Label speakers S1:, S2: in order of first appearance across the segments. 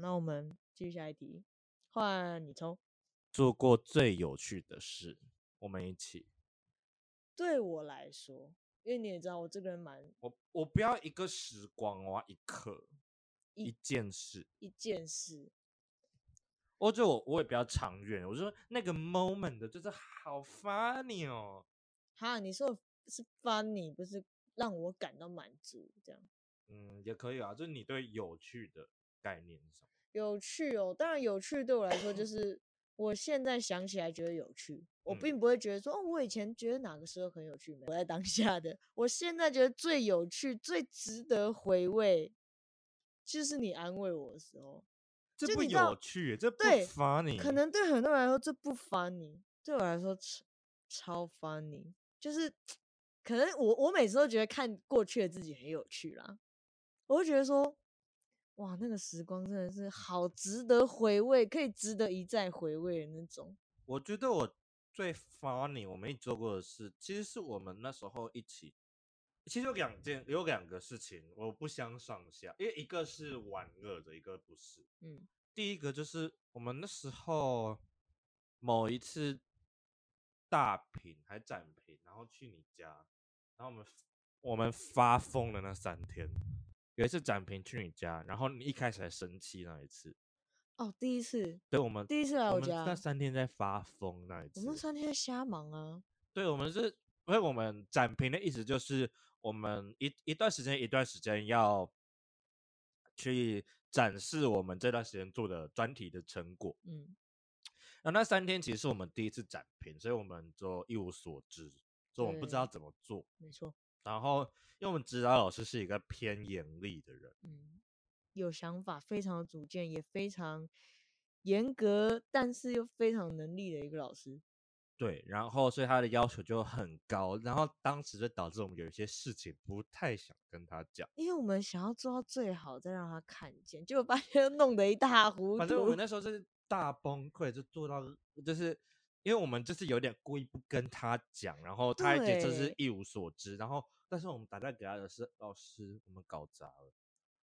S1: 那我们继续下一题，换你抽。
S2: 做过最有趣的事，我们一起。
S1: 对我来说，因为你也知道我这个人蛮
S2: 我我不要一个时光，我要一刻，一件事。
S1: 一件事，
S2: 我觉得我我也比较长远，我就说那个 moment 的就是好 funny 哦。
S1: 哈，你说的是 funny，不是让我感到满足这样。
S2: 嗯，也可以啊，就是你对有趣的概念是什么？
S1: 有趣哦，当然有趣对我来说就是我现在想起来觉得有趣，我
S2: 嗯
S1: 并不会觉得说哦，我以前觉得哪个时候很有趣，没有我在当下的，我现在觉得最有趣、最值得回味，就是你安慰我的时候。
S2: 这
S1: 就
S2: 不
S1: 你知道
S2: 有趣，这不
S1: 对
S2: funny。
S1: 可能对很多人来说这不 funny，对我来说超超 funny，就是可能我我每次都觉得看过去的自己很有趣啦，我会觉得说，哇，那个时光真的是好值得回味，可以值得一再回味的那种。
S2: 我觉得我最 funny 我们一起做过的事，其实是我们那时候一起，其实有两件有两个事情我不相上下，因为一个是玩乐的，一个不是。
S1: 嗯，
S2: 第一个就是我们那时候某一次大屏还展屏，然后去你家，然后我们我们发疯的那三天，有一次展屏去你家，然后你一开始还生气那一次，
S1: 哦，第一次，
S2: 对我们
S1: 第一次来
S2: 我
S1: 啊我
S2: 们
S1: 家，
S2: 那三天在发疯那一
S1: 我
S2: 次，
S1: 们三天瞎忙啊，
S2: 对，我们是，因为我们展评的意思就是，我们一一段时间一段时间要去展示我们这段时间做的专题的成果。
S1: 嗯，
S2: 那那三天其实是我们第一次展评，所以我们就一无所知，所以我们不知
S1: 对
S2: 道怎么做。
S1: 没错，
S2: 然后，因为我们指导老师是一个偏严厉的人，
S1: 嗯，有想法，非常有主见，也非常严格，但是又非常有能力的一个老师。
S2: 对，然后所以他的要求就很高，然后当时就导致我们有一些事情不太想跟他讲。
S1: 因为我们想要做到最好，再让他看见，结果把他弄得一塌糊涂。
S2: 反正我们那时候就是大崩溃，就做到就是因为我们就是有点故意不跟他讲，然后他一直就是
S1: 对
S2: 一无所知，然后但是我们打电话给他的是老师，我们搞砸了，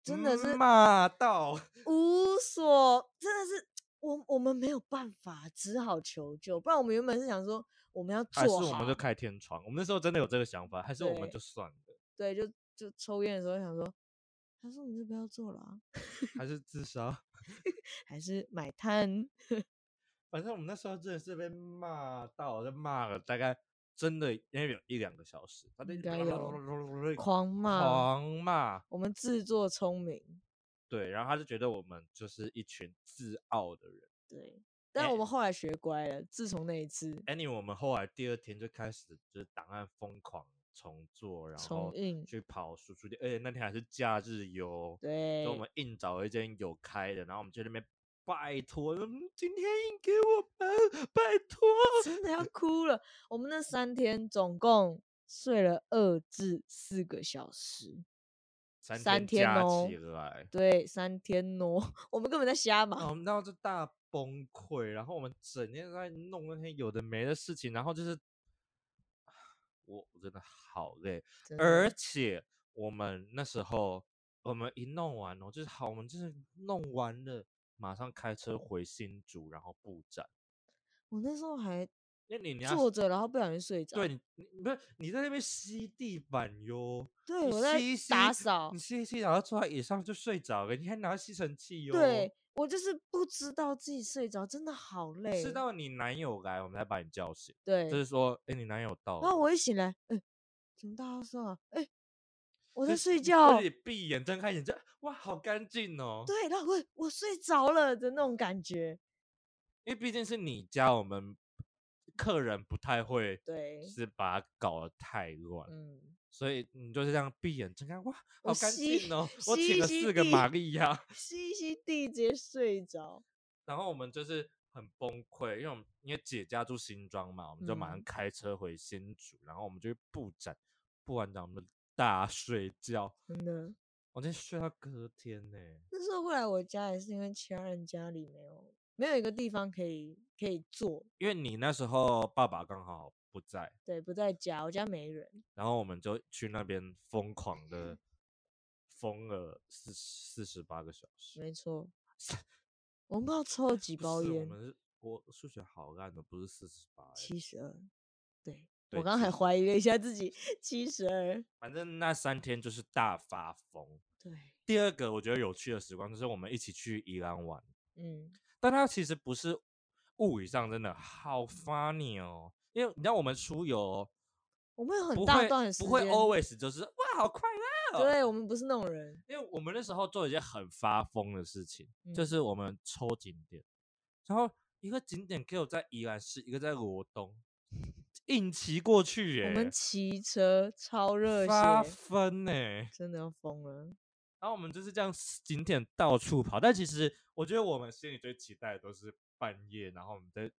S1: 真的
S2: 嗯
S1: 是
S2: 骂到，
S1: 无所，真的是我我们没有办法，只好求救。不然我们原本是想说我们要
S2: 还是
S1: 做
S2: 我
S1: 好，
S2: 们就开天窗，我们那时候真的有这个想法，还是我们
S1: 对
S2: 就 算了，
S1: 对，就就抽烟的时候想说，还是我们就不要做了、啊，
S2: 还是自杀，
S1: 还是买炭。
S2: 反正我们那时候真的是被骂到，就骂了大概。真的，因为有一两个小时，他就
S1: 应
S2: 一直
S1: 该狂
S2: 狂
S1: 骂
S2: 狂骂，
S1: 我们自作聪明，
S2: 对，然后他就觉得我们就是一群自傲的人。
S1: 对。但
S2: 哎
S1: 我们后来学乖了，自从那一次
S2: Anyway，我们后来第二天就开始就是档案疯狂重做，然
S1: 重
S2: 后
S1: 印，
S2: 去跑输出店，而且那天还是假日游，所以
S1: 对
S2: 我，们硬找了一间有开的，然后我们就在那边拜托，嗯今天印给我们，拜托。
S1: 真的要哭了。我们那三天总共睡了二至四个小时，
S2: 三
S1: 三天
S2: 天加
S1: 哦
S2: 起来，
S1: 对，三天哦， 我们根本在瞎
S2: 然后
S1: 忙。
S2: 我们到就大崩溃，然后我们整天在弄那些有的没的事情，然后就是。我我真的好累，
S1: 真的
S2: 而且我们那时候，我们一弄完哦，就是好，我们就是弄完了，马上开车回新竹，然后布展。
S1: 我那时候还
S2: 因为你你要
S1: 坐着，然后不小心睡着。
S2: 对你你不是你在那边吸地板哟，
S1: 对
S2: 你
S1: 我在
S2: 吸一吸
S1: 打扫
S2: 你。吸一吸，然后坐在椅上就睡着了，你还拿吸尘器哟。
S1: 对，我就是不知道自己睡着，真的好累。
S2: 是到你男友来，我们才把你叫醒，
S1: 对，
S2: 就是说，哎，你男友到了。
S1: 然后哦我一醒来，哎、怎么大家说啊？哎、我
S2: 就
S1: 在
S2: 是
S1: 睡
S2: 你
S1: 觉
S2: 而。且闭眼睁开眼睛，哇，好干净哦。
S1: 对，然后我我睡 着了的那种感觉。
S2: 因为毕竟是你家，我们客人不太会，
S1: 对
S2: 是把它搞得太乱，
S1: 嗯，
S2: 所以你就是这样闭眼睁开，哇，
S1: 我
S2: 好干
S1: 吸
S2: 净哦！我
S1: 吸
S2: 请了
S1: 吸
S2: 四个
S1: 地
S2: 玛利亚，
S1: 吸一吸地直接睡着。
S2: 然后我们就是很崩溃，因为我们因为姐家住新庄嘛，我们就马上
S1: 嗯
S2: 开车回新竹，然后我们就去布展，布完展我们就大睡觉，
S1: 真的。
S2: 我真睡到隔天呢、
S1: 那时候会来我家也是因为其他人家里没有没有一个地方可以可以坐，
S2: 因为你那时候爸爸刚好不在，
S1: 对，不在家，我家没人。
S2: 然后我们就去那边
S1: 嗯
S2: 疯狂的疯了四四十八个小
S1: 嗯
S2: 时，
S1: 没错， 我们不知道抽了几
S2: 不
S1: 包
S2: 是我
S1: 烟，
S2: 们是国数学好烂的，不是四十八。
S1: 七十二。对
S2: 对
S1: 我刚刚还
S2: 72
S1: 怀疑了一下自己，七十二。
S2: 反正那三天就是大发疯。
S1: 对，
S2: 第二个我觉得有趣的时光就是我们一起去宜兰玩，
S1: 嗯，
S2: 但它其实不是物理上真的好 funny 哦，因为你知道我们出游
S1: 我们有很
S2: 不
S1: 大
S2: 会
S1: 段时
S2: 不会
S1: 间
S2: always 就是哇好快乐哦，
S1: 对我们不是那种人，
S2: 因为我们那时候做了一件很发疯的事情，就
S1: 嗯
S2: 是我们抽景点，然后一个景点给我在宜兰市，一个在罗 东，硬骑过去耶、
S1: 我们骑车超热
S2: 发
S1: 血，
S2: 疯呢、
S1: 真的要疯了。
S2: 然后我们就是这样景点到处跑，但其实我觉得我们心里最期待的都是半夜，然后我们在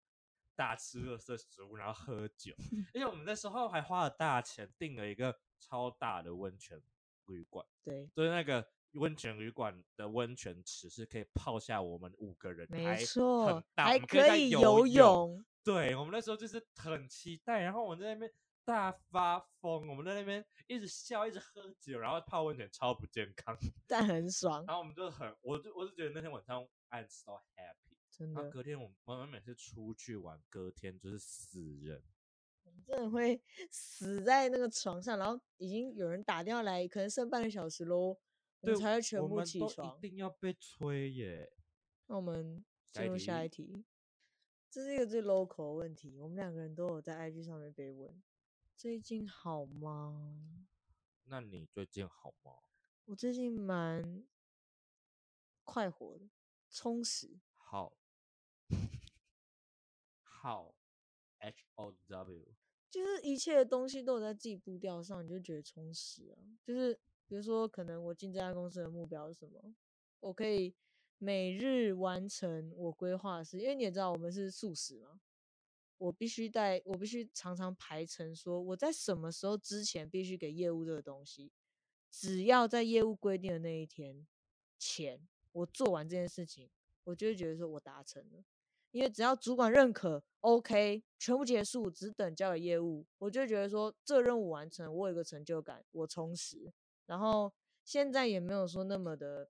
S2: 大吃热色食物，然后喝酒，而且我们那时候还花了大钱订了一个超大的温泉旅馆。
S1: 对，
S2: 就是那个温泉旅馆的温泉池是可以泡下我们五个人，还
S1: 没
S2: 很
S1: 错，
S2: 大，
S1: 还
S2: 我们可
S1: 以
S2: 在
S1: 游
S2: 游。
S1: 泳，
S2: 对，我们那时候就是很期待，然后我们在那边大发疯，我们在那边一直笑，一直喝酒，然后泡温泉超不健康，
S1: 但很爽，
S2: 然后我们就很，我就我就觉得那天晚上 I'm so happy。
S1: 真
S2: 然后
S1: 的，
S2: 隔天我们我们每次出去玩，隔天就是死人，
S1: 真的会死在那个床上，然后已经有人打电话来，可能剩半个小时喽，我
S2: 对，
S1: 们才会全
S2: 我
S1: 部
S2: 们
S1: 起
S2: 都
S1: 床
S2: 一。定要被催耶。
S1: 那我们
S2: 下
S1: 进
S2: 一
S1: 入下一题，这是一个最 local 的问题，我们两个人都有在 IG 上面被问，最近好吗？
S2: 那你最近好吗？
S1: 我最近蛮快活的，充实。
S2: 好， 好，H O W，
S1: 就是一切的东西都有在自己步调上，你就觉得充实啊。就是比如说，可能我进这家公司的目标是什么，我可以每日完成我规划的事，因为你也知道我们是素食嘛，我必须在，我必须常常排成说我在什么时候之前必须给业务这个东西，只要在业务规定的那一天前我做完这件事情，我就会觉得说我达成了。因为只要主管认可，OK，全部结束，只等交给业务，我就会觉得说这任务完成，我有一个成就感，我充实。然后现在也没有说那么的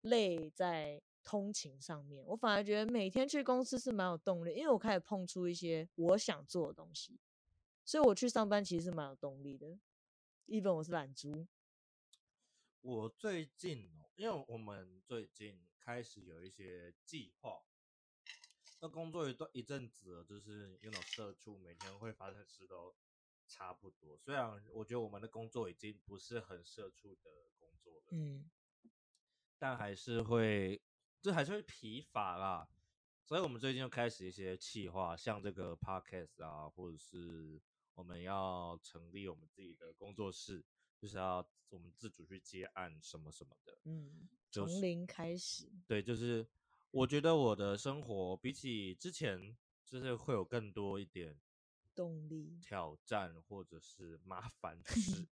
S1: 累在通勤上面，我反而觉得每天去公司是蛮有动力，因为我开始碰出一些我想做的东西，所以我去上班其实是蛮有动力的。even 我是懒猪，
S2: 我最近哦，因为我们最近开始有一些计划，那工作一段一阵子了，就是有种社畜，每天会发生的事都差不多。虽然我觉得我们的工作已经不是很社畜的工作了，
S1: 嗯，
S2: 但还是会，就还是会疲乏啦。所以我们最近就开始一些企划，像这个 podcast 啊，或者是我们要成立我们自己的工作室，就是要我们自主去接案什么什么的。
S1: 嗯，
S2: 就
S1: 从
S2: 是
S1: 零开始，
S2: 对，就是我觉得我的生活比起之前，就是会有更多一点
S1: 动力，
S2: 挑战或者是麻 烦事，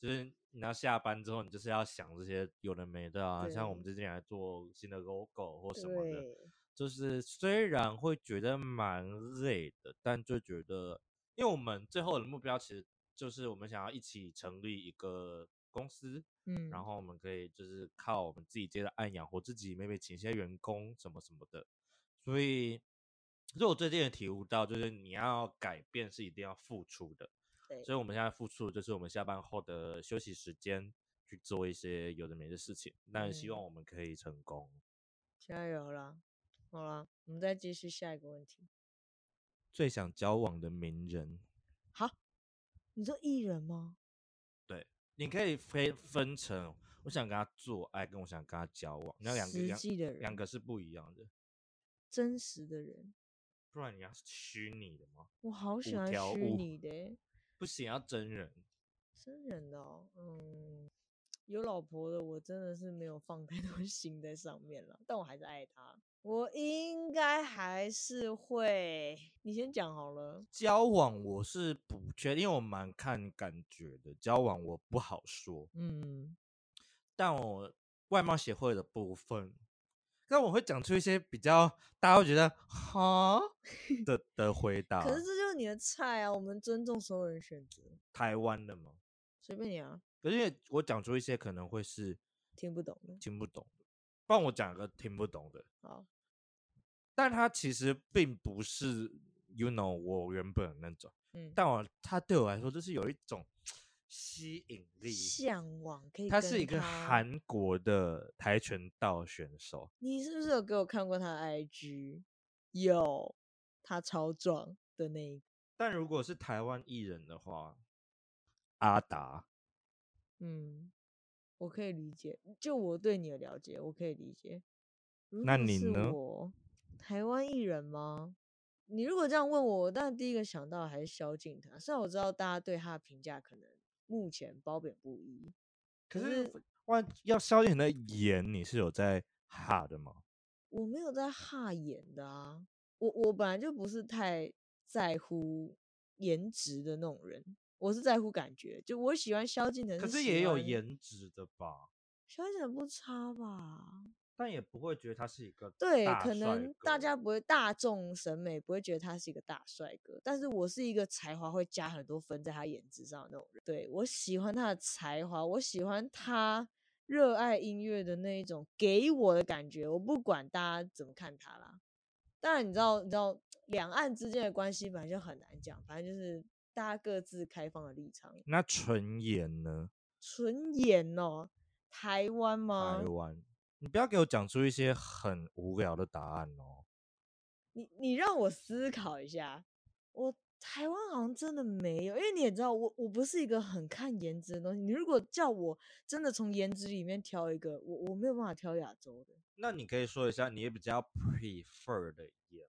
S2: 就是你要下班之后，你就是要想这些有的没的啊，像我们
S1: 对
S2: 最近还做新的 logo 或什么的，
S1: 对，
S2: 就是虽然会觉得蛮累的，但就觉得，因为我们最后的目标其实就是我们想要一起成立一个公司，
S1: 嗯，
S2: 然后我们可以就是靠我们自己接的案养活自己，maybe 请一些员工什么什么的。所以，所以我最近也体悟到，就是你要改变是一定要付出的。
S1: 对
S2: 所以我们现在付出的就是我们下班后的休息时间去做一些有的没的事情，但希望
S1: 嗯
S2: 我们可以成功。
S1: 加油啦！好啦，我们再继续下一个问题。
S2: 最想交往的名人，
S1: 好，你说艺人吗？
S2: 你可以分分成，我想跟他做爱，跟我想跟他交往，那两个
S1: 实
S2: 两
S1: 际的人，
S2: 两个是不一样的，
S1: 真实的人，
S2: 不然你要虚拟的吗？
S1: 我好喜
S2: 五
S1: 欢
S2: 条
S1: 虚
S2: 悟
S1: 拟的欸，
S2: 不行，要真人。
S1: 真人的哦。嗯，有老婆的我真的是没有放太多 心在上面了，但我还是爱他。我应该还是会，你先讲好了。
S2: 交往我是不确定，因为我蛮看感觉的。交往我不好说，
S1: 嗯，
S2: 但我外貌协会的部分，但我会讲出一些比较大家会觉得哈的的回答。
S1: 可是这就是你的菜啊，我们尊重所有人选择，
S2: 台湾的嘛，
S1: 随便你啊，
S2: 可是我讲出一些可能会是
S1: 听不懂的。
S2: 听不懂的，帮我讲个听不懂的。
S1: 好，
S2: 但他其实并不是，you know，我原本的那种，
S1: 嗯，
S2: 但我他对我来说就是有一种吸引力。
S1: 向往可以。
S2: 他是一个，韩国的跆拳道选手，
S1: 你是不是有给我看过他的 IG？有，他超壮的那一，
S2: 但如果是台湾艺人的话，阿达，
S1: 嗯，我可以理解。就我对你的了解，我可以理解。如
S2: 那
S1: 果
S2: 你
S1: 是
S2: 呢
S1: 我台湾艺人吗？你如果这样问我，我当然第一个想到的还是萧敬腾。啊虽然我知道大家对他的评价可能目前褒贬不一，
S2: 可
S1: 可
S2: 是万要萧敬腾的演，你是有在哈的吗？
S1: 我没有在哈演的啊，我我本来就不是太在乎颜值的那种人，我是在乎感觉。就我喜欢萧敬腾，
S2: 可
S1: 是
S2: 是
S1: 喜
S2: 也有
S1: 欢，
S2: 颜值的吧，
S1: 萧敬腾不差吧？
S2: 但也不会觉得他是一个
S1: 对，
S2: 大
S1: 可
S2: 帅
S1: 能大
S2: 哥
S1: 家不会大众审美不会觉得他是一个大帅哥，但是我是一个才华会加很多分在他颜值上的那种人。对我喜欢他的才华，我喜欢他热爱音乐的那一种给我的感觉。我不管大家怎么看他啦，当然你知道，你知道两岸之间的关系本来就很难讲，反正就是大家各自开放的立场。
S2: 那纯演呢？
S1: 纯演哦，台湾吗
S2: 台？湾，你不要给我讲出一些很无聊的答案哦。
S1: 你你让我思考一下，我台湾好像真的没有，因为你也知道我我不是一个很看颜值的东西。你如果叫我真的从颜值里面挑一个，我我没有办法挑亚洲的，
S2: 那你可以说一下你比较 prefer 的演，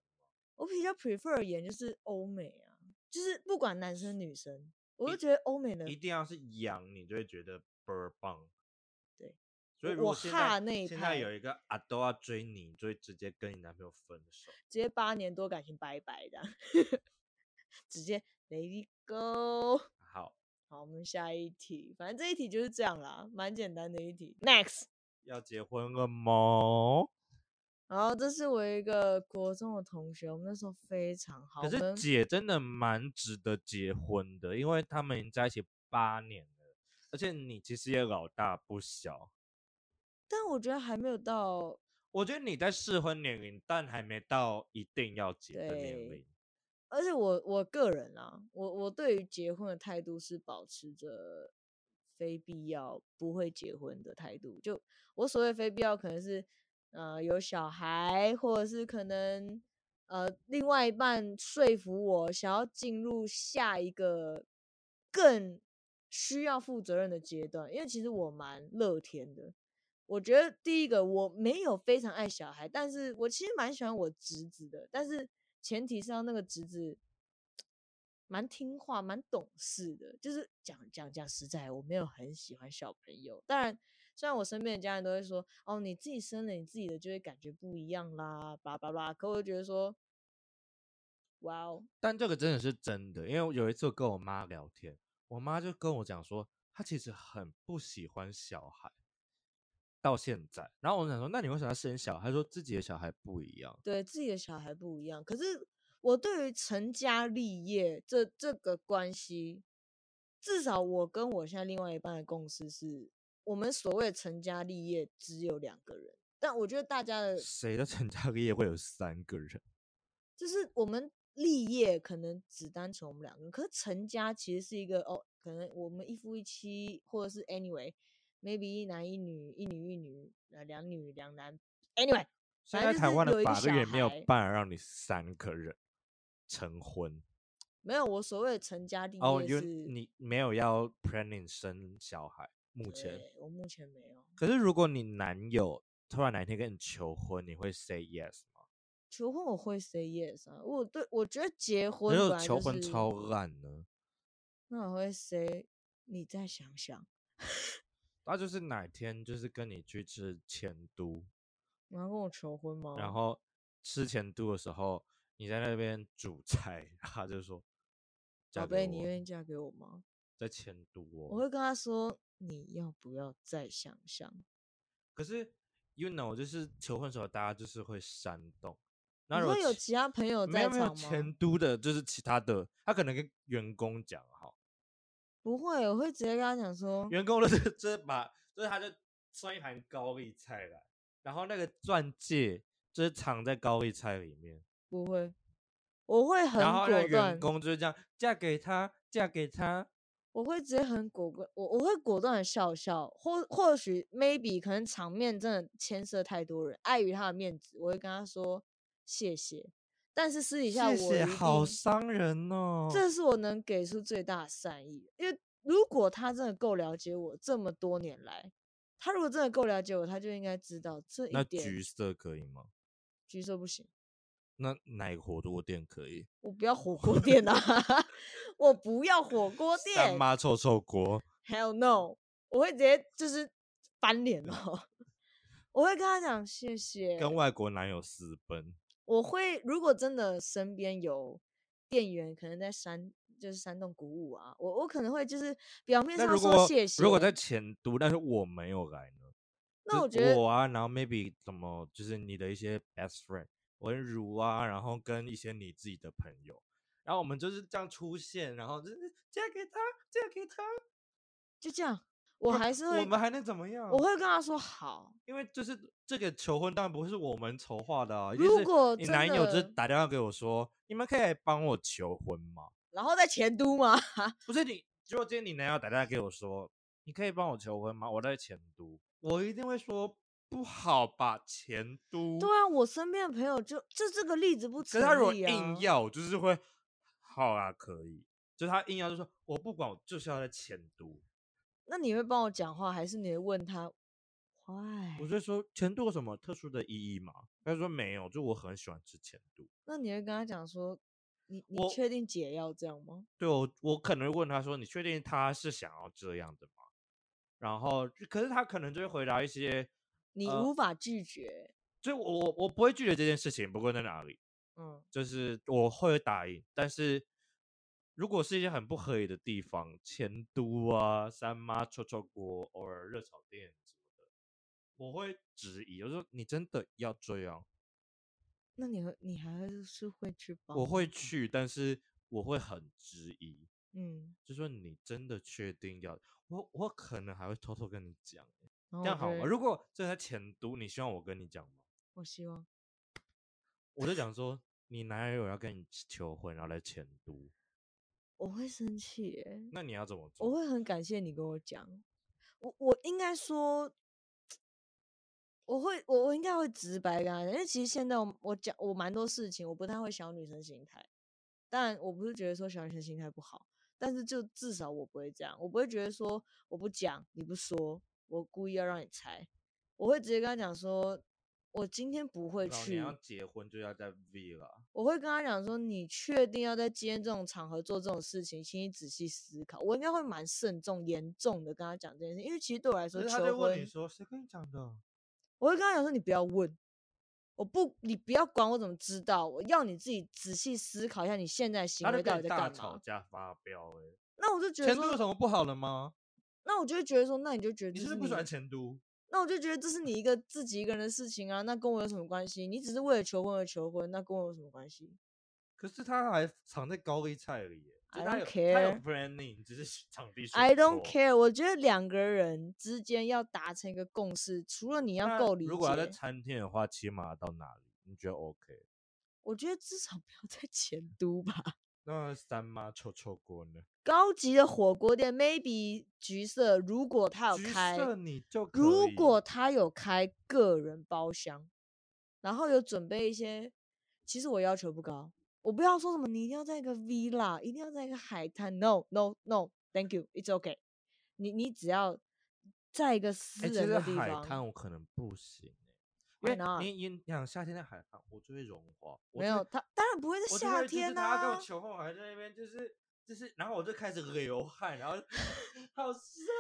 S1: 我比较 prefer 演就是欧美啊，就是不管男生女生，我
S2: 一
S1: 就觉得欧美的
S2: 一定要是洋，你就会觉得倍儿棒。
S1: 对，
S2: 所以
S1: 我
S2: 如果
S1: 我
S2: 现
S1: 哈
S2: 在
S1: 那一
S2: 现在
S1: 派
S2: 有一个阿都要追你，你就会直接跟你男朋友分手。
S1: 直接八年多感情拜拜的， 直接 let it go。
S2: 好，
S1: 好，我们下一题，反正这一题就是这样啦，蛮简单的一题。Next。
S2: 要结婚了吗？
S1: 然后这是我一个国中的同学，我们那时候非常好。
S2: 可
S1: 我
S2: 是
S1: 们
S2: 姐真的蛮值得结婚的，因为他们已经在一起八年了，而且你其实也老大不小。
S1: 但我觉得还没有到
S2: 我觉得你在适婚年龄，但还没到一定要结的年
S1: 对
S2: 龄。
S1: 而且我我个人啊，我我对于结婚的态度是保持着非必要不会结婚的态度。就我所谓非必要，可能是呃有小孩，或者是可能呃另外一半说服我想要进入下一个更需要负责任的阶段。因为其实我蛮乐天的，我觉得第一个我没有非常爱小孩，但是我其实蛮喜欢我侄子的，但是前提是要那个侄子蛮听话、蛮懂事的。就是讲讲讲实在，我没有很喜欢小朋友。当然，虽然我身边的家人都会说，哦，你自己生了你自己的，就会感觉不一样啦，叭叭叭。可我就觉得说，哇哦，
S2: 但这个真的是真的，因为我有一次我跟我妈聊天，我妈就跟我讲说，她其实很不喜欢小孩，到现在。然后我想说，那你为什么要生小孩？她说自己的小孩不一样。
S1: 对自己的小孩不一样。可是我对于成家立业这这个关系，至少我跟我现在另外一半的共识是，我们所谓的成家立业只有两个人。但我觉得大家的
S2: 谁的成家立业会有三个人？
S1: 就是我们立业可能只单纯我们两个人，可是成家其实是一个哦，可能我们一夫一妻，或者是 anyway，maybe 一男一女，一女一女，呃，两女两男，anyway，
S2: 现
S1: 反正
S2: 在
S1: 就
S2: 台
S1: 是
S2: 湾
S1: 有
S2: 的
S1: 一个
S2: 法律
S1: 小
S2: 也没有
S1: 孩
S2: 办法让你三个人成婚
S1: 没有我所谓的成家立
S2: 哦，
S1: 业是
S2: 因为你没有要 planning 生小孩，目前。
S1: 对我目前没有。
S2: 可是如果你男友突然哪一天跟你求婚，你会 say yes 吗？
S1: 求婚我会 say yes 啊，我对我觉得结婚
S2: 可是
S1: 本
S2: 我
S1: 来
S2: 求
S1: 就
S2: 婚
S1: 是，
S2: 超烂呢，
S1: 那我会 say 你再想想，
S2: 他就是哪天就是跟你去吃前都，
S1: 然后跟我求婚吗？
S2: 然后吃前都的时候你在那边煮菜，他就说：“嫁
S1: 宝
S2: 给
S1: 贝，你
S2: 我
S1: 愿意嫁给我吗？
S2: 在前都哦。”
S1: 我会跟他说你要不要再想想。
S2: 可是 you know，就是求婚的时候，大家就是会煽动。那
S1: 你
S2: 如果
S1: 说有
S2: 其
S1: 其他朋友
S2: 没有
S1: 在
S2: 没有
S1: 场
S2: 前
S1: 吗？
S2: 都的，就是其他的，他可能跟员工讲好，
S1: 不会，我会直接跟他讲说，
S2: 员工就是就是把就是他就送一盘高丽菜来，然后那个钻戒就是藏在高丽菜里面，
S1: 不会，我会很
S2: 然后那
S1: 果
S2: 员
S1: 断，
S2: 工就是这样嫁给他，嫁给他，
S1: 我会直接很果断，我我会果断的笑笑，或或许 maybe 可能场面真的牵涉太多人，碍于他的面子，我会跟他说谢谢，但是私底下我
S2: 谢谢，
S1: 一
S2: 好
S1: 定
S2: 伤人哦。
S1: 这是我能给出最大的善意，因为如果他真的够了解我这么多年来，他如果真的够了解我，他就应该知道这
S2: 那
S1: 一点。
S2: 橘色可以吗？
S1: 橘色不行，
S2: 那哪个火锅店可以？
S1: 我不要火锅店啊！ 我不要火锅
S2: 三
S1: 店
S2: 妈臭臭锅，
S1: ，Hell no！我会直接就是翻脸哦， 我会跟他讲谢谢。
S2: 跟外国男友私奔，
S1: 我会如果真的身边有店员可能在煽就是煽动鼓舞啊，我我可能会就是表面
S2: 那
S1: 上
S2: 如
S1: 说
S2: 果
S1: 谢谢，
S2: 如果在前都，但是我没有来呢？
S1: 那
S2: 就
S1: 我觉得
S2: 我啊，然后 maybe 怎么就是你的一些 best friend 文如啊，然后跟一些你自己的朋友，然后我们就是这样出现，然后就是嫁给他，嫁给他，
S1: 就这样，我还是会
S2: 我们还能怎么样？
S1: 我会跟他说好，
S2: 因为就是这个求婚当然不会是我们筹划的啊，一定
S1: 如
S2: 是
S1: 果
S2: 你
S1: 真
S2: 男友就是
S1: 的
S2: 打电话给我说，你们可以帮我求婚吗？
S1: 然后在前都嘛，
S2: 不是你，如果今天你男友打电话给我说，你可以帮我求婚吗？我在前都，我一定会说不好吧，前都。
S1: 对啊，我身边的朋友就就这个例子不
S2: 可
S1: 成
S2: 是他如果
S1: 立啊。
S2: 硬要，我就是会好啊，可以。就是他硬要就说，我不管，我就是要在前都。
S1: 那你会帮我讲话，还是你会问他？Why？
S2: 我就说前都有什么特殊的意义吗？他就说没有，就我很喜欢吃前都。
S1: 那你会跟他讲说，你你
S2: 我
S1: 确定解药这样吗？
S2: 对我，我可能会问他说：“你确定他是想要这样的吗？”然后，可是他可能就会回答一些，
S1: 你
S2: 呃
S1: 无法拒绝。
S2: 就我我我不会拒绝这件事情，不过在哪里，
S1: 嗯，
S2: 就是我会答应，但是如果是一些很不合理的地方，前都啊、三妈臭臭锅、偶尔热炒店什么的，我会质疑，我说你真的要这样？
S1: 那你会你还是会去帮？
S2: 我会。去，但是我会很质疑，
S1: 嗯，
S2: 就说你真的确定要？我我可能还会偷偷跟你讲。
S1: 然后
S2: 这
S1: 我
S2: 样
S1: 就
S2: 好吗？
S1: 会
S2: 如果这在前都，你希望我跟你讲吗？
S1: 我希望
S2: 我就讲说，你男友要跟你求婚，然后来前都，
S1: 我会生气耶。
S2: 那你要怎么
S1: 我
S2: 做？
S1: 会很感谢你跟我讲，我我应该说，我会我我应该会直白跟他讲，因为其实现在我我讲我蛮多事情，我不太会小女生心态，但我不是觉得说小女生心态不好，但是就至少我不会这样，我不会觉得说我不讲你不说，我故意要让你猜，我会直接跟他讲说，我今天不会
S2: 老娘
S1: 去
S2: 要，结婚就要在 V 了，
S1: 我会跟他讲说，你确定要在今天这种场合做这种事情，请你仔细思考。我应该会蛮慎重、严重的跟他讲这件事，因为其实对我来
S2: 可
S1: 说，
S2: 是他就
S1: 求
S2: 问你
S1: 婚，
S2: 说，谁跟你讲的？
S1: 我会跟他讲说，你不要问，我不，你不要管我怎么知道，我要你自己仔细思考一下你现在的行
S2: 他
S1: 为
S2: 就
S1: 到底
S2: 跟你
S1: 在
S2: 大
S1: 干
S2: 吵
S1: 嘛。
S2: 架发飙哎、
S1: 那我就觉得
S2: 前都有什
S1: 说，
S2: 么不好了吗？
S1: 那我就会觉得说，那你就觉得
S2: 你
S1: 这
S2: 是不是
S1: 是
S2: 不喜欢
S1: 你，
S2: 前都？
S1: 那我就觉得这是你一个自己一个人的事情啊，那跟我有什么关系？你只是为了求婚而求婚，那跟我有什么关系？
S2: 可是他还藏在高丽菜里耶、就
S1: I
S2: 他
S1: don't
S2: 有他有
S1: care
S2: planning，只是场地选
S1: I don't
S2: 错
S1: care。我觉得两个人之间要达成一个共识，除了你要
S2: 那
S1: 够理
S2: 如果要在
S1: 解，
S2: 餐厅的话，起码到哪里？你觉得 OK？
S1: 我觉得至少不要在前都吧。
S2: 那三妈臭臭锅呢？
S1: 高级的火锅店，maybe 橘色，如果它有
S2: 橘
S1: 开，
S2: 色你就可
S1: 如
S2: 以
S1: 果它有开个人包厢，然后有准备一些，其实我要求不高，我不要说什么你一定要在一个 villa，一定要在一个海滩，no no no，thank you，it's okay 你。你只要在一个私
S2: 哎，其
S1: 人
S2: 实
S1: 的地
S2: 海
S1: 方，
S2: 滩我可能不行、
S1: Why
S2: 欸，因为
S1: not？
S2: 你你你想夏天在海滩，我就会融化。我
S1: 没
S2: 就
S1: 有，
S2: 会，
S1: 他当然不会在
S2: 我就
S1: 夏
S2: 会就是
S1: 天啊呐、
S2: 他跟我求婚，我还在那边就是就是，然后我就开始流汗， 然后好湿啊。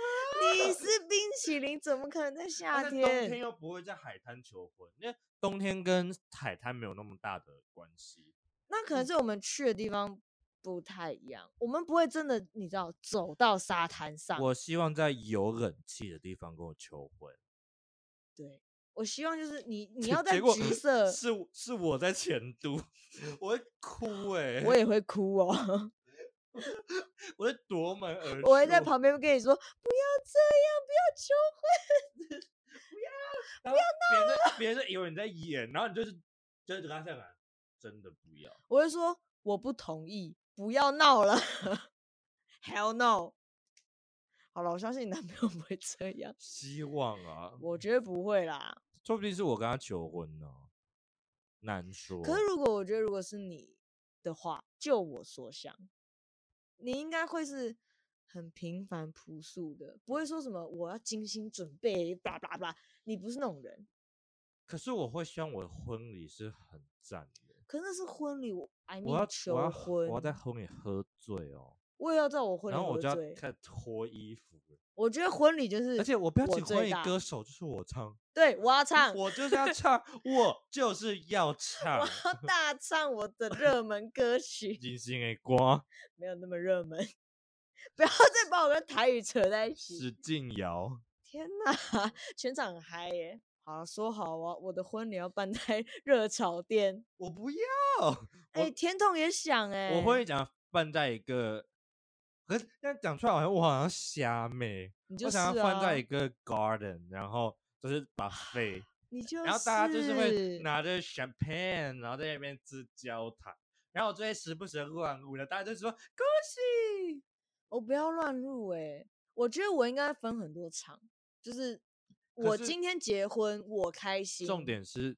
S1: 你是冰淇淋，怎么可能在
S2: 但
S1: 夏
S2: 是啊冬天
S1: 天？
S2: 又不会在海滩求婚，因为冬天跟海滩没有那么大的关系。
S1: 那可能
S2: 嗯
S1: 是我们去的地方不太一样，我们不会真的，你知道，走到沙滩上。
S2: 我希望在有冷气的地方跟我求婚。
S1: 对，我希望就是 你，你
S2: 结
S1: 要在
S2: 结果
S1: 橘色，
S2: 是我是我在前都， 我会哭哎、
S1: 我也会哭哦，
S2: 我会夺门而出。
S1: 我会在旁边跟你说，不要这样，不要求婚，
S2: 不要闹了，别人就别人就以为你在演，然后你就是就是跟他这样讲，真的不要。
S1: 我会说我不同意，不要闹了 ，Hell no！好了，我相信你男朋友不会这样，
S2: 希望啊，
S1: 我觉得不会啦。
S2: 说不定是我跟他求婚呢，难说。
S1: 可是如果我觉得如果是你的话，就我所想，你应该会是很平凡朴素的，不会说什么我要精心准备，blah blah blah，你不是那种人。
S2: 可是我会希望我的婚礼是很赞的。
S1: 可是那是婚礼，我 I
S2: 我
S1: mean
S2: 要我
S1: 求
S2: 要
S1: 婚，
S2: 我要在婚礼喝醉哦，
S1: 我也要在我婚礼
S2: 然后我
S1: 喝
S2: 就要
S1: 醉。
S2: 开始脱衣服了，
S1: 我觉得婚礼就是，
S2: 而且我不要请婚
S1: 最
S2: 礼
S1: 大，
S2: 歌手，就是我唱，
S1: 对我要唱，
S2: 我就是要唱，我就是要 唱
S1: 我 要大唱我的热门歌曲，
S2: 金星的歌，
S1: 没有那么热门， 不要再把我跟台语扯在一起。
S2: 使劲摇。
S1: 天哪， 全场很嗨耶！好，说好啊，我的婚礼要办在 热炒店。
S2: 我不要，
S1: 哎、甜筒也想哎、
S2: 我会，讲办在一个，可是这样讲出来好像我好像瞎妹，
S1: 你
S2: 我
S1: 就是
S2: 想要放
S1: 啊
S2: 在一个 garden，然后就是把肺，
S1: 你就是，
S2: 然后大家就是会拿着 champagne，然后在那边吃交谈，然后我就会时不时地乱舞了，大家就说恭喜。
S1: 我不要乱入哎、我觉得我应该分很多场，就是
S2: 可
S1: 我
S2: 是
S1: 今天结婚，我开心。
S2: 重，点是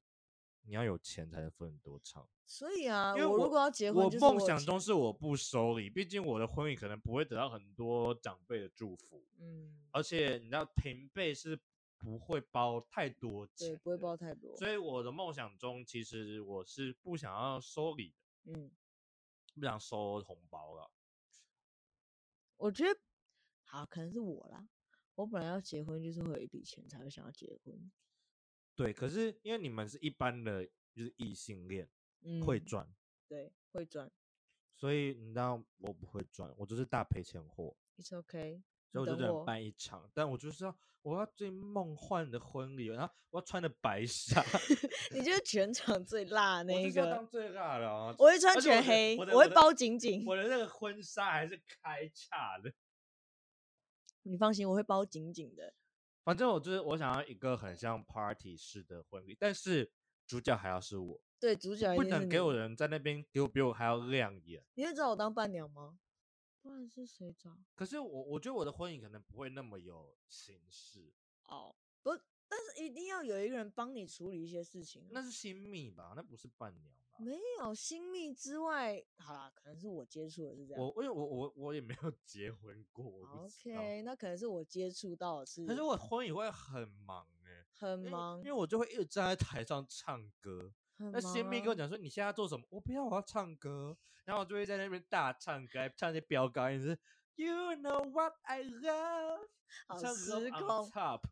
S2: 你要有钱才能分很多场，
S1: 所以啊，
S2: 因为
S1: 我如果要结婚，
S2: 我
S1: 就是
S2: 梦
S1: 有
S2: 想
S1: 钱
S2: 中是我不收礼，毕竟我的婚礼可能不会得到很多长辈的祝福，
S1: 嗯，
S2: 而且你知道平辈是不会包太多钱
S1: 对，
S2: 的，
S1: 不会包太多。
S2: 所以我的梦想中其实我是不想要收礼的，
S1: 嗯，
S2: 不想收红包了。
S1: 我觉得好，可能是我啦。我本来要结婚，就是会有一笔钱才会想要结婚。
S2: 对，可是因为你们是一般的，就是异性恋
S1: 嗯，
S2: 会赚，
S1: 对，会赚
S2: 所以你知道我不会赚，我就是大赔钱货。
S1: ，It's OK。
S2: 所以我就
S1: 等
S2: 只能
S1: 我
S2: 办一场，但我就是要我要最梦幻的婚礼，然后我要穿的白纱，
S1: 你就是全场最辣的那
S2: 我
S1: 一
S2: 就是要
S1: 个
S2: 当，最辣的啊！
S1: 我会穿
S2: 而且
S1: 全
S2: 的
S1: 黑，
S2: 我的
S1: 会
S2: 的
S1: 包紧紧。
S2: 我的那个婚纱还是开叉的。
S1: 你放心，我会包紧紧的。
S2: 反正我就是我想要一个很像 party 式的婚礼，但是主角还要是我，
S1: 对，主角一
S2: 不
S1: 定是
S2: 能给我
S1: 你
S2: 人在那边给我比我还要亮眼。
S1: 你会找我当伴娘吗？不然是谁找？
S2: 可是我我觉得我的婚礼可能不会那么有形式，
S1: 哦，不，但是一定要有一个人帮你处理一些事情啊。
S2: 那是新密吧？那不是伴娘吧？
S1: 没有新密之外，好啦，可能是我接触的是这样。
S2: 我因为我我我也没有 结婚过，我不知道。
S1: OK，那可能是我接触到的是，
S2: 可是我婚礼会很忙哎、
S1: 很
S2: 因为
S1: 忙
S2: 因，为我就会一直站在台上唱歌。
S1: 很
S2: 那新
S1: 忙
S2: 密跟我
S1: 啊
S2: 讲说你现在要做什么？我不要，我要唱歌。然后我就会在那边大唱歌，还唱一些飙高音，就是 You know what I love，
S1: 好
S2: 唱
S1: 失
S2: Love
S1: 控
S2: on top，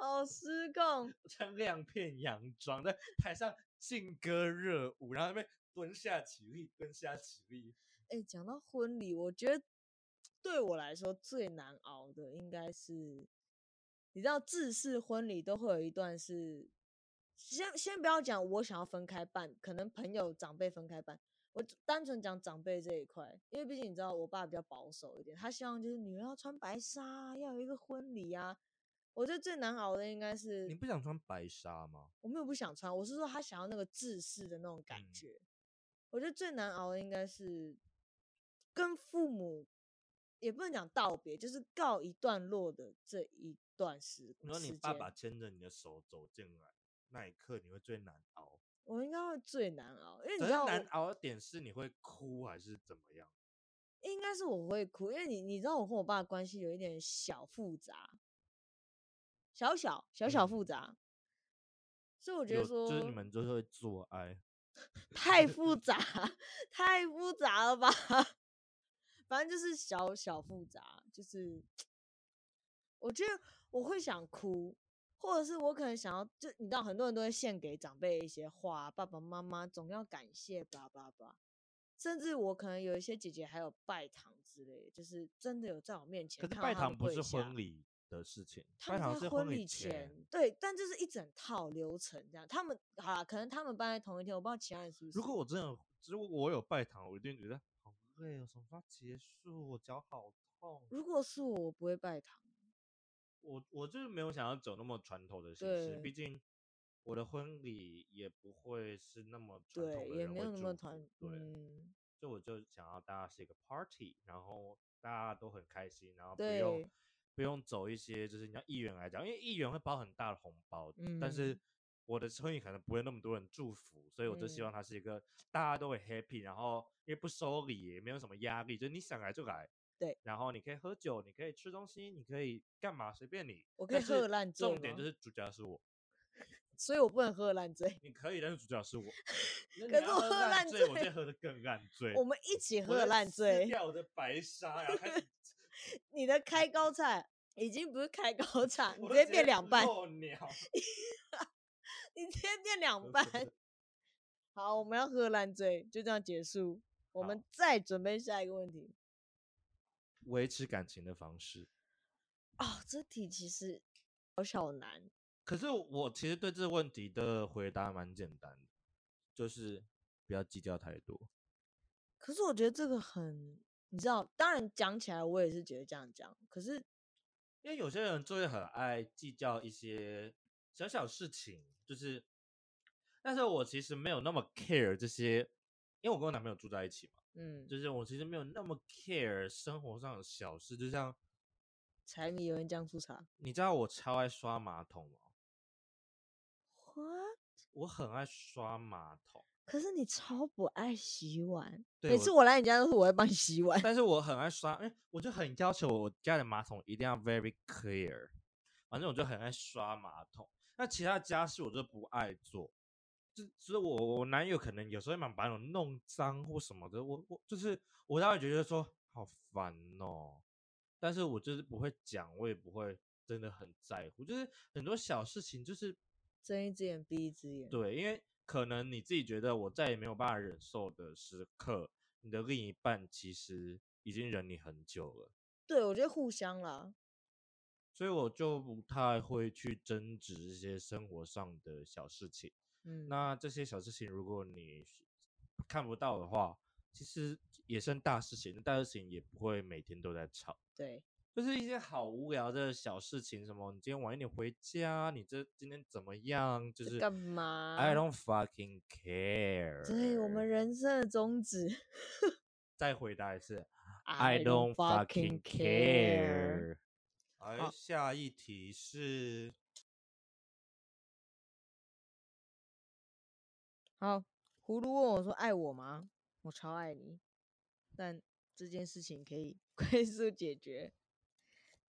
S1: 好失控。
S2: 穿亮片洋装，在台上劲歌热舞，然后那边蹲下起立，蹲下起立。
S1: 哎、讲到婚礼，我觉得对我来说最难熬的应该是，你知道制式婚礼都会有一段是，先先不要讲我想要分开办，可能朋友长辈分开办，我只单纯讲长辈这一块，因为毕竟你知道我爸比较保守一点，他希望就是女儿要穿白纱啊，要有一个婚礼啊。我觉得最难熬的应该是
S2: 你不想穿白纱吗？
S1: 我没有不想穿，我是说他想要那个制式的那种感
S2: 嗯
S1: 觉。我觉得最难熬的应该是跟父母，也不能讲道别，就是告一段落的这一段时
S2: 你说
S1: 时
S2: 你
S1: 间。
S2: 爸爸牵着你的手走进来那一刻，你会最难熬。
S1: 我应该会最难熬，因为你
S2: 可
S1: 知
S2: 是
S1: 道
S2: 难
S1: 我，
S2: 熬的点是你会哭还是怎么样？
S1: 应该是我会哭，因为你你知道我跟我爸的关系有一点小复杂，小小小小
S2: 嗯
S1: 复杂，所以我觉
S2: 有
S1: 得说
S2: 就是你们就是会做爱，
S1: 太复杂，太复杂了吧？ 反正就是小小复杂，就是我觉得我会想哭，或者是我可能想要，就你知道，很多人都会献给长辈一些话，爸爸妈妈总要感谢，叭叭叭。甚至我可能有一些姐姐还有拜堂之类的，就是真的有在我面前
S2: 可是
S1: 看到
S2: 拜
S1: 他们
S2: 堂不
S1: 跪
S2: 是
S1: 下
S2: 婚礼的事情，
S1: 他
S2: 拜堂
S1: 们
S2: 是
S1: 在婚
S2: 礼
S1: 礼前，对，但这是一整套流程这样。他们好啦，可能他们办在同一天，我不知道其他人是不是。
S2: 如果我真的，如果我有拜堂，我一定觉得好累哦，什么时候要结束？我脚好痛。
S1: 如果是我，我不会拜堂。
S2: 我我就是没有想要走那么传统的形式，
S1: 对
S2: 毕竟我的婚礼也不会是那么传统的
S1: 对，也
S2: 人
S1: 没
S2: 会
S1: 有那么
S2: 祝福
S1: 团，
S2: 对，
S1: 嗯，
S2: 所以我就想要大家是一个 party，然后大家都很开心，然后不用
S1: 对，
S2: 不用走一些就是你要议员来讲，因为议员会包很大的红包，但是
S1: 嗯
S2: 我的婚礼可能不会那么多人祝福，所以我就希望它是一个大家都很 happy，然后因为不收礼也没有什么压力，就是你想来就来，
S1: 对，
S2: 然后你可以喝酒，你可以吃东西，你可以干嘛随便你，
S1: 我可
S2: 但
S1: 以喝
S2: 是
S1: 烂醉
S2: 重点就
S1: 吗
S2: 是主角是我，
S1: 所以我不能喝烂 醉。
S2: 你可以，但是主角是我。 那你
S1: 可
S2: 要
S1: 是我喝
S2: 烂
S1: 烂
S2: 醉，我
S1: 醉
S2: 再喝的更烂醉。
S1: 我们一起
S2: 我
S1: 喝
S2: 在
S1: 烂
S2: 撕
S1: 醉，
S2: 掉我的白纱，然后开始
S1: 你 的开高菜已经不是开高菜，你
S2: 我
S1: 直
S2: 都
S1: 接变两半，
S2: 漏鸟
S1: 你直接变两半。 好，我们要喝烂醉，就这样结束。我们
S2: 好
S1: 再准备下一个问题。
S2: 维持感情的方式。
S1: 哦，这题其实好小难。
S2: 可是我其实对这个问题的回答蛮简单的，就是不要计较太多。
S1: 可是我觉得这个很，你知道，当然讲起来我也是觉得这样讲，可是
S2: 因为有些人就会很爱计较一些小小事情，就是，但是我其实没有那么 care 这些，因为我跟我男朋友住在一起嘛，
S1: 嗯，
S2: 就是我其实没有那么 care 生活上的小事，就像
S1: 柴米油盐酱醋茶。
S2: 你知道我超爱刷马桶吗？
S1: What？
S2: 我很爱刷马桶，
S1: 可是你超不爱洗碗，
S2: 对
S1: 每
S2: 我
S1: 次我来你家都是我会帮你洗碗。
S2: 但是我很爱刷，因为我就很要求我家的马桶一定要 very clear。反正我就很爱刷马桶，那其他家事我就不爱做。就所以我，我男友可能有时候会把马桶弄脏或什么的，我我就是我当然觉得说好烦哦，但是我就是不会讲，我也不会真的很在乎，就是很多小事情就是
S1: 睁一只眼闭一只眼。
S2: 对，因为可能你自己觉得我再也没有办法忍受的时刻，你的另一半其实已经忍你很久了，
S1: 对，我觉得互相啦。
S2: 所以我就不太会去争执这些生活上的小事情。
S1: 嗯，
S2: 那这些小事情，如果你是看不到的话，其实也算大事情，大事情也不会每天都在吵。
S1: 对，
S2: 就是一些好无聊的小事情，什么你今天晚一点回家，你这今天怎么样？就
S1: 这
S2: 是
S1: 干嘛
S2: ？I don't fucking care。
S1: 对我们人生的宗旨。
S2: 再回答一次
S1: I don't fucking care。
S2: 而下一题是
S1: 好，葫芦问我说：“爱我吗？”我超爱你，但这件事情可以 快速解决。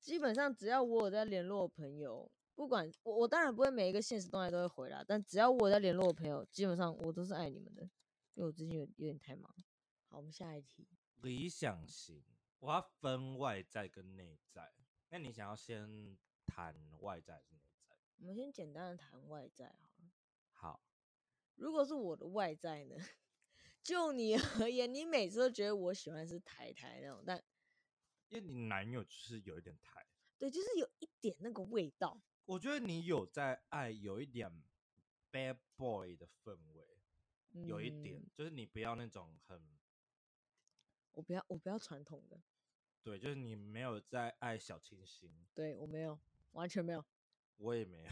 S1: 基本上只要我有在联络我朋友，不管我我当然不会每一个现实动态都会回啦，但只要我有在联络我朋友，基本上我都是爱你们的，因为我最近有有点太忙。好，我们下一题。
S2: 理想型，我要分外在跟内在。那你想要先谈外在还是内在？
S1: 我们先简单的谈外在好了。
S2: 好，
S1: 如果是我的外在呢？ 就你而言，你每次都觉得我喜欢是台台那种，但
S2: 因为你男友就是有一点太，
S1: 对，就是有一点那个味道。
S2: 我觉得你有在爱，有一点 bad boy 的氛围，有一点
S1: 嗯，
S2: 就是你不要那种很
S1: 我不要，我不要传统的，
S2: 对，就是你没有在爱小清新，
S1: 对我没有，完全没有。
S2: 我也没有，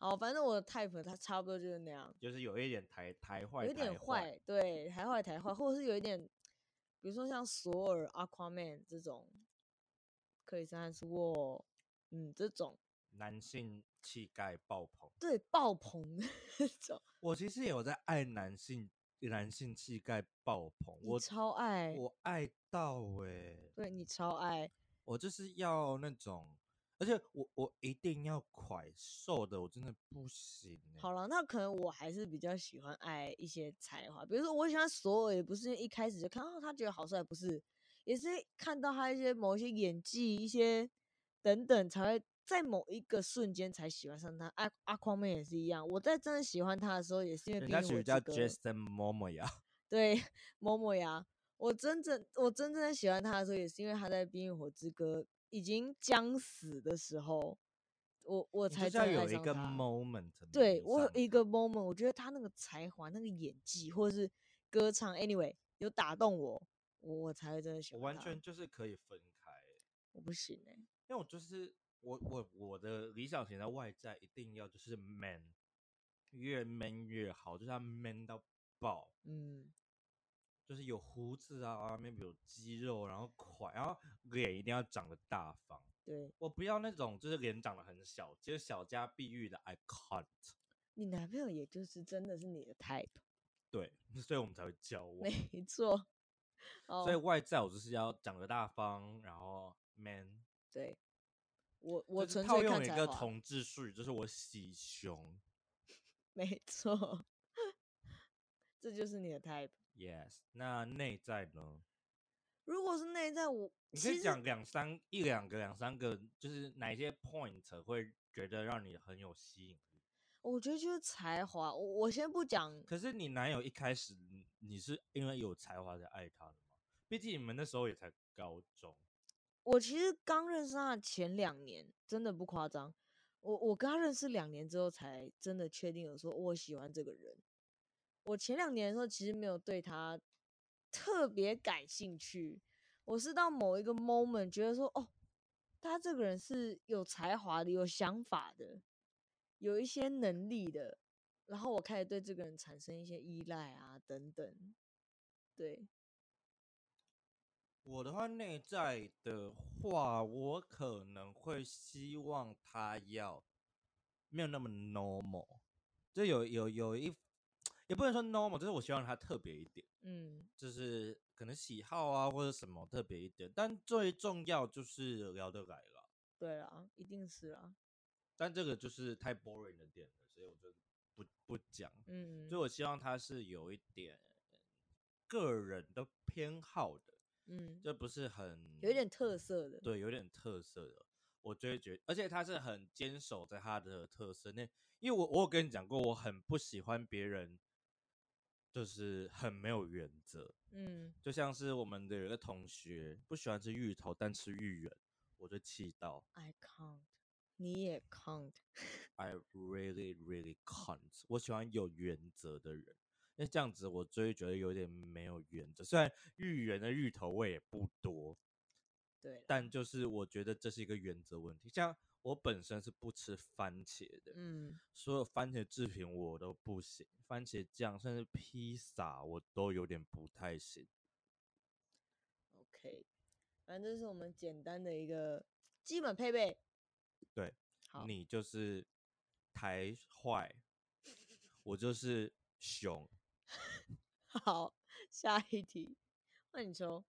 S1: 好，反正我的 type 它差不多就是那样，
S2: 就是有一点台台坏，
S1: 有点
S2: 台坏。
S1: 坏，对，台坏台坏，或者是有一点，比如说像索尔、Aquaman 这种，克里斯汉斯沃，嗯，这种
S2: 男性气概爆棚。
S1: 对爆棚 的那种，
S2: 我其实也有在爱男性，男性气概爆棚，
S1: 你
S2: 我
S1: 超爱，
S2: 我爱到哎、
S1: 对你超爱，
S2: 我就是要那种，而且我我一定要快瘦的，我真的不行、欸。
S1: 好了，那可能我还是比较喜欢爱一些才华，比如说我喜欢索尔，也不是因为一开始就看哦到他觉得好帅，不是，也是看到他一些某一些演技、一些等等，才会在某一个瞬间才喜欢上他。阿阿匡妹也是一样，我在真的喜欢他的时候，也是因为
S2: 人
S1: 毕
S2: 家
S1: 竟
S2: 属
S1: 我
S2: 于叫
S1: 这个
S2: Jason Momoa，
S1: 对某某呀，我真正我真正的喜欢他的时候，也是因为他在《冰与火之歌》已经将死的时候，我我
S2: 你就
S1: 才
S2: 是要
S1: 真的爱
S2: 有一
S1: 上
S2: 个
S1: 他
S2: moment 迷上他。
S1: 对我有一个 moment，我觉得他那个才华、那个演技，或者是歌唱，anyway，有打动我，我我才会真的喜
S2: 我
S1: 欢
S2: 完
S1: 他
S2: 全就是可以分开欸、
S1: 我不行哎、
S2: 因为我就是我我我的理想型的外在一定要就是 man，越 man 越好，就是要 man 到爆，
S1: 嗯，
S2: 就是有胡子啊，maybe 有肌肉，然后款，然后脸一定要长得大方。
S1: 对
S2: 我不要那种就是脸长得很小，就是小家碧玉的 I can't。
S1: 你男朋友也就是真的是你的 type，
S2: 对，所以我们才会交往。
S1: 没错。哦
S2: 所以，外在我就是要长得大方，然后 man。
S1: 对，我我
S2: 就是
S1: 纯
S2: 套
S1: 粹看
S2: 用一
S1: 才
S2: 个
S1: 华，
S2: 同志术语，就是我喜熊。
S1: 没错，这就是你的 type。
S2: Yes，那内在呢？
S1: 如果是内在，我
S2: 你可
S1: 其
S2: 以
S1: 实
S2: 讲两三一两个两三个，就是哪一些 point 会觉得让你很有吸引力？
S1: 我觉得就是才华。我我先不讲，
S2: 可是你男友一开始你你是因为有才华才爱他的吗？毕竟你们那时候也才高中，
S1: 我其实刚认识他的前两年，真的不夸张，我我跟他认识两年之后，才真的确定有说我喜欢这个人。我前两年的时候，其实没有对他特别感兴趣，我是到某一个 moment 觉得说，哦，他这个人是有才华的，有想法的，有一些能力的，然后我开始对这个人产生一些依赖啊，等等。对，
S2: 我的话，内在的话，我可能会希望他要没有那么 normal，就有有有一也不能说 normal，就是我希望他特别一点，
S1: 嗯，
S2: 就是可能喜好啊或者什么特别一点，但最重要就是聊得来了。
S1: 对啦，一定是啦，
S2: 但这个就是太 boring 的点了，所以我就不不讲。
S1: 嗯，
S2: 所以我希望他是有一点个人的偏好的，
S1: 嗯，
S2: 这不是很
S1: 有一点特色的，
S2: 对，有点特色的，我就会觉而且他是很坚守在他的特色那，因为我我有跟你讲过，我很不喜欢别人，就是很没有原则，
S1: 嗯，
S2: 就像是我们的有一个同学不喜欢吃芋头，但吃芋圆，我就气到
S1: I can't，你也 can't，
S2: I really really can't，我喜欢有原则的人。因为这样子，我就会觉得有点没有原则。虽然芋圆的芋头味也不多，
S1: 对啦，
S2: 但就是我觉得这是一个原则问题。像我本身是不吃番茄的，
S1: 嗯，
S2: 所有番茄制品我都不行，番茄酱甚至披萨我都有点不太行。
S1: OK，反正这是我们简单的一个基本配备。
S2: 对，
S1: 好，
S2: 你就是台坏，我就是熊。
S1: 好，下一题，换你抽。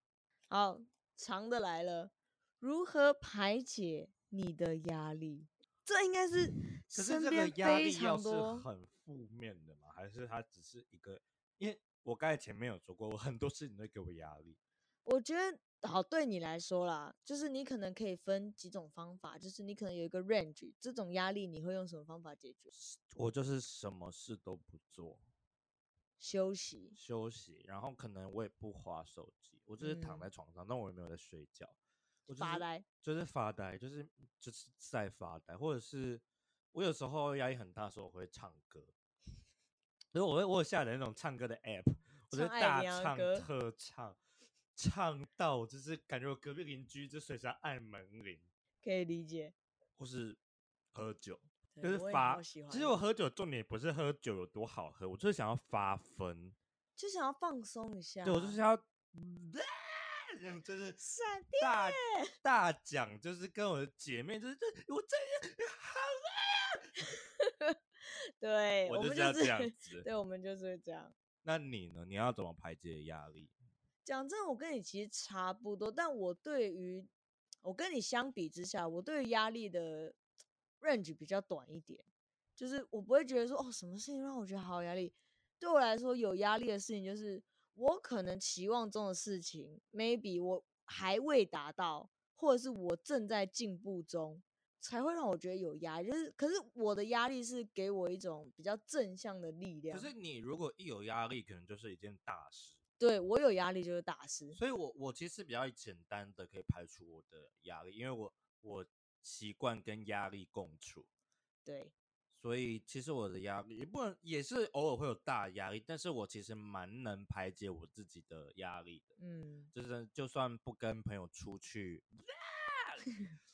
S1: 好，长的来了，如何排解你的压力？这应该是
S2: 可是
S1: 身
S2: 这个
S1: 边
S2: 压
S1: 非
S2: 力要
S1: 常
S2: 是
S1: 多，
S2: 很负面的吗？还是它只是一个？因为我刚才前面有说过，我很多事情都会给我压力。
S1: 我觉得好对你来说啦，就是你可能可以分几种方法，就是你可能有一个 range，这种压力你会用什么方法解决？
S2: 我就是什么事都不做，
S1: 休息，
S2: 休息，然后可能我也不划手机，我就是躺在
S1: 嗯
S2: 床上，但我也没有在睡觉，我就
S1: 发
S2: 是
S1: 呆，
S2: 就是发呆，就是就是在发呆，或者是我有时候压力很大的时候，我会唱歌，因为我会我有下载那种唱歌的 app，我就
S1: 唱爱
S2: 大
S1: 民谣的
S2: 唱
S1: 歌
S2: 特唱，唱到就是感觉我隔壁邻居就随时要按门铃，
S1: 可以理解。
S2: 或是喝酒，
S1: 对
S2: 就是
S1: 我也
S2: 发。
S1: 好喜欢哦
S2: 其实我喝酒重点不是喝酒有多好喝，我就是想要发疯。
S1: 就想要放松一下。啊
S2: 对，我就是要，这样就是
S1: 闪
S2: 大大讲，就是跟我的姐妹，就是这我这样，
S1: 对，
S2: 我
S1: 们
S2: 就是
S1: 就
S2: 要
S1: 是
S2: 这样子。
S1: 对，我们就是这样。
S2: 那你呢？你要怎么排解压力？
S1: 讲真，我跟你其实差不多，但我对于我跟你相比之下，我对于压力的 range 比较短一点，就是我不会觉得说哦，什么事情让我觉得好有压力。对我来说，有压力的事情就是我可能期望中的事情，maybe 我还未达到，或者是我正在进步中，才会让我觉得有压力。就是，可是我的压力是给我一种比较正向的力量。
S2: 可是你如果一有压力，可能就是一件大事。
S1: 对我有压力就是大师。
S2: 所以我我其实比较简单的可以排除我的压力，因为我我习惯跟压力共处。
S1: 对，
S2: 所以其实我的压力也不能，也是偶尔会有大压力，但是我其实蛮能排解我自己的压力的。
S1: 嗯，
S2: 就是就算不跟朋友出去，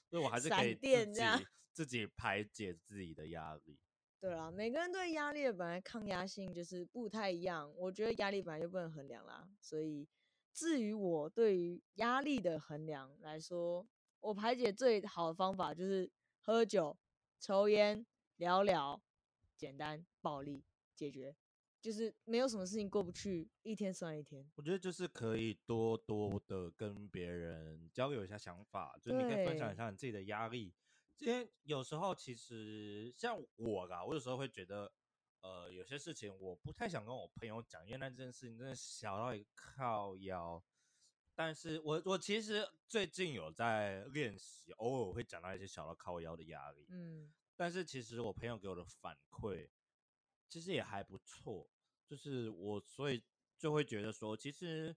S2: 所以我还是可
S1: 闪
S2: 以
S1: 电
S2: 自
S1: 这样
S2: 己自己排解自己的压力。
S1: 对啦，每个人对压力的本来抗压性就是不太一样。我觉得压力本来就不能衡量啦，所以至于我对于压力的衡量来说，我排解最好的方法就是喝酒、抽烟、聊聊，简单暴力解决，就是没有什么事情过不去，一天算一天。
S2: 我觉得就是可以多多的跟别人交流一下想法，就是你可以分享一
S1: 对
S2: 下你自己的压力。因为有时候其实像我啦，我有时候会觉得，呃，有些事情我不太想跟我朋友讲，因为那件事情真的小到一个靠腰。但是我我其实最近有在练习，偶尔会讲到一些小到靠腰的压力。
S1: 嗯，
S2: 但是其实我朋友给我的反馈，其实也还不错，就是我所以就会觉得说，其实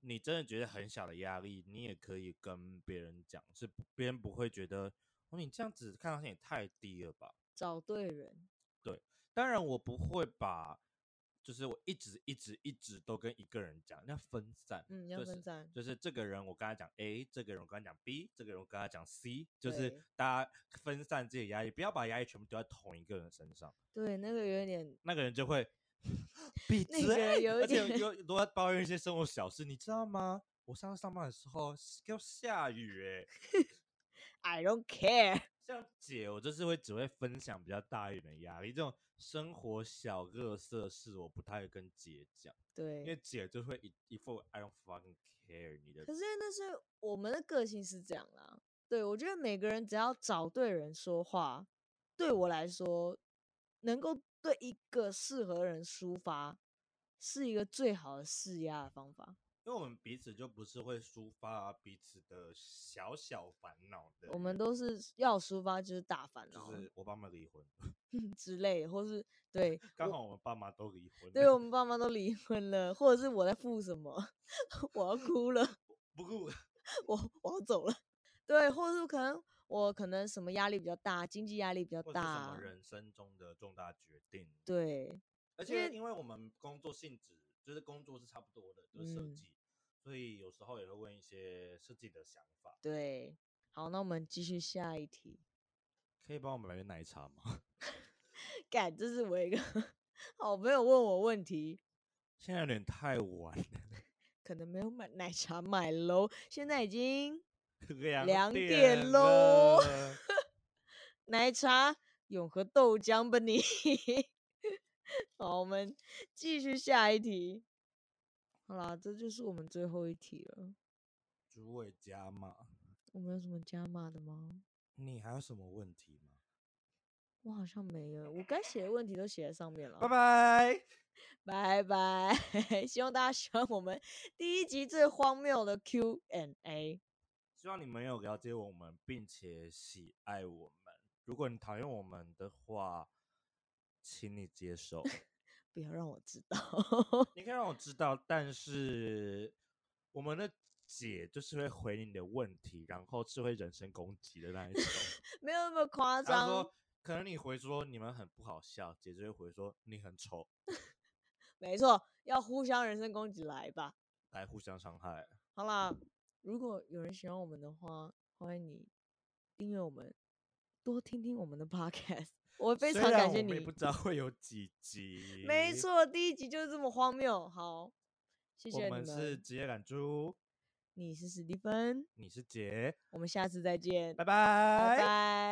S2: 你真的觉得很小的压力，你也可以跟别人讲，是不别人不会觉得哦，你这样子看上去也太低了吧？
S1: 找对人，
S2: 当然，我不会把，就是我一直一直一直都跟一个人讲，要分散，
S1: 嗯，要
S2: 就是
S1: 分散，
S2: 就是这个人我跟他讲 A，这个人我跟他讲 B，这个人我跟他讲 C，就是
S1: 对
S2: 大家分散自己的压力，不要把压力全部丢在同一个人身上，
S1: 对，那个有点
S2: 那个人就会 闭
S1: 那个人
S2: 嘴，
S1: 有一
S2: 而且
S1: 点
S2: 又都在抱怨一些生活小事，你知道吗？我上次上班的时候要下雨哎、
S1: I don't care。
S2: 像姐，我就是会只会分享比较大一点的压力，这种生活小乐色事，我不太会跟姐讲，因为
S1: 对，
S2: 姐就会一一副 I don't fucking care 你的
S1: 可是那是我们的个性是这样啦。对，我觉得每个人只要找对人说话，对我来说，能够对一个适合的人抒发，是一个最好的释压的方法。
S2: 因为我们彼此就不是会抒发彼此的小小烦恼的人，
S1: 我们都是要抒发就是大烦
S2: 就
S1: 恼、
S2: 是我爸妈离婚，
S1: 之类的，或是 对
S2: 刚好我们爸妈都离婚，
S1: 对我们爸妈都离婚了，或者是我在负什么， 我要哭了。
S2: 不过
S1: 我我要走了。对，或者是可能我可能什么压力比较大，经济压力比较
S2: 或是什
S1: 大
S2: 么，人生中的重大决定，
S1: 对，
S2: 而
S1: 因为
S2: 且因为我们工作性质就是工作是差不多的，都是设
S1: 嗯
S2: 计，所以有时候也会问一些设计的想法。
S1: 对。好，那我们继续下一题。
S2: 可以帮我们买个奶茶吗？
S1: 干，这是我一个好朋友问我问题，
S2: 现在有点太晚了，
S1: 可能没有买奶茶买喽，现在已经两
S2: 两
S1: 点
S2: 点
S1: 喽
S2: 了
S1: 奶茶永和豆浆吧你。 好，我们继续下一题。好啦，这就是我们最后一题了。
S2: 主委加码，
S1: 我们有什么加码的吗？
S2: 你还有什么问题吗？
S1: 我好像没有，我该写的问题都写在上面了。
S2: 拜拜。
S1: 拜拜， 希望大家喜欢我们第一集最荒谬的 Q&A。
S2: 希望你们有了解我们，并且喜爱我们。如果你讨厌我们的话，请你接受。
S1: 不要让我知道，
S2: 你可以让我知道，但是我们的姐就是会回你的问题，然后是会人身攻击的 那一种。
S1: 没有那么夸
S2: 她
S1: 张
S2: 说，，可能你回说你们很不好笑，姐就会回说你很丑，
S1: 没错，要互相人身攻击来吧。
S2: 来互相伤害。
S1: 好啦，如果有人喜欢我们的话，欢迎你订阅我们，多听听我们的 podcast。我 非
S2: 虽
S1: 常
S2: 然
S1: 感谢
S2: 我们
S1: 你
S2: 也。不知道会有几集。
S1: 没，错，第一集就是这么荒谬。好，谢谢
S2: 我
S1: 你
S2: 们是职业懒猪，
S1: 你是史蒂芬，
S2: 你是姐，
S1: 我们下次再见，
S2: 拜
S1: 拜
S2: 拜
S1: 拜。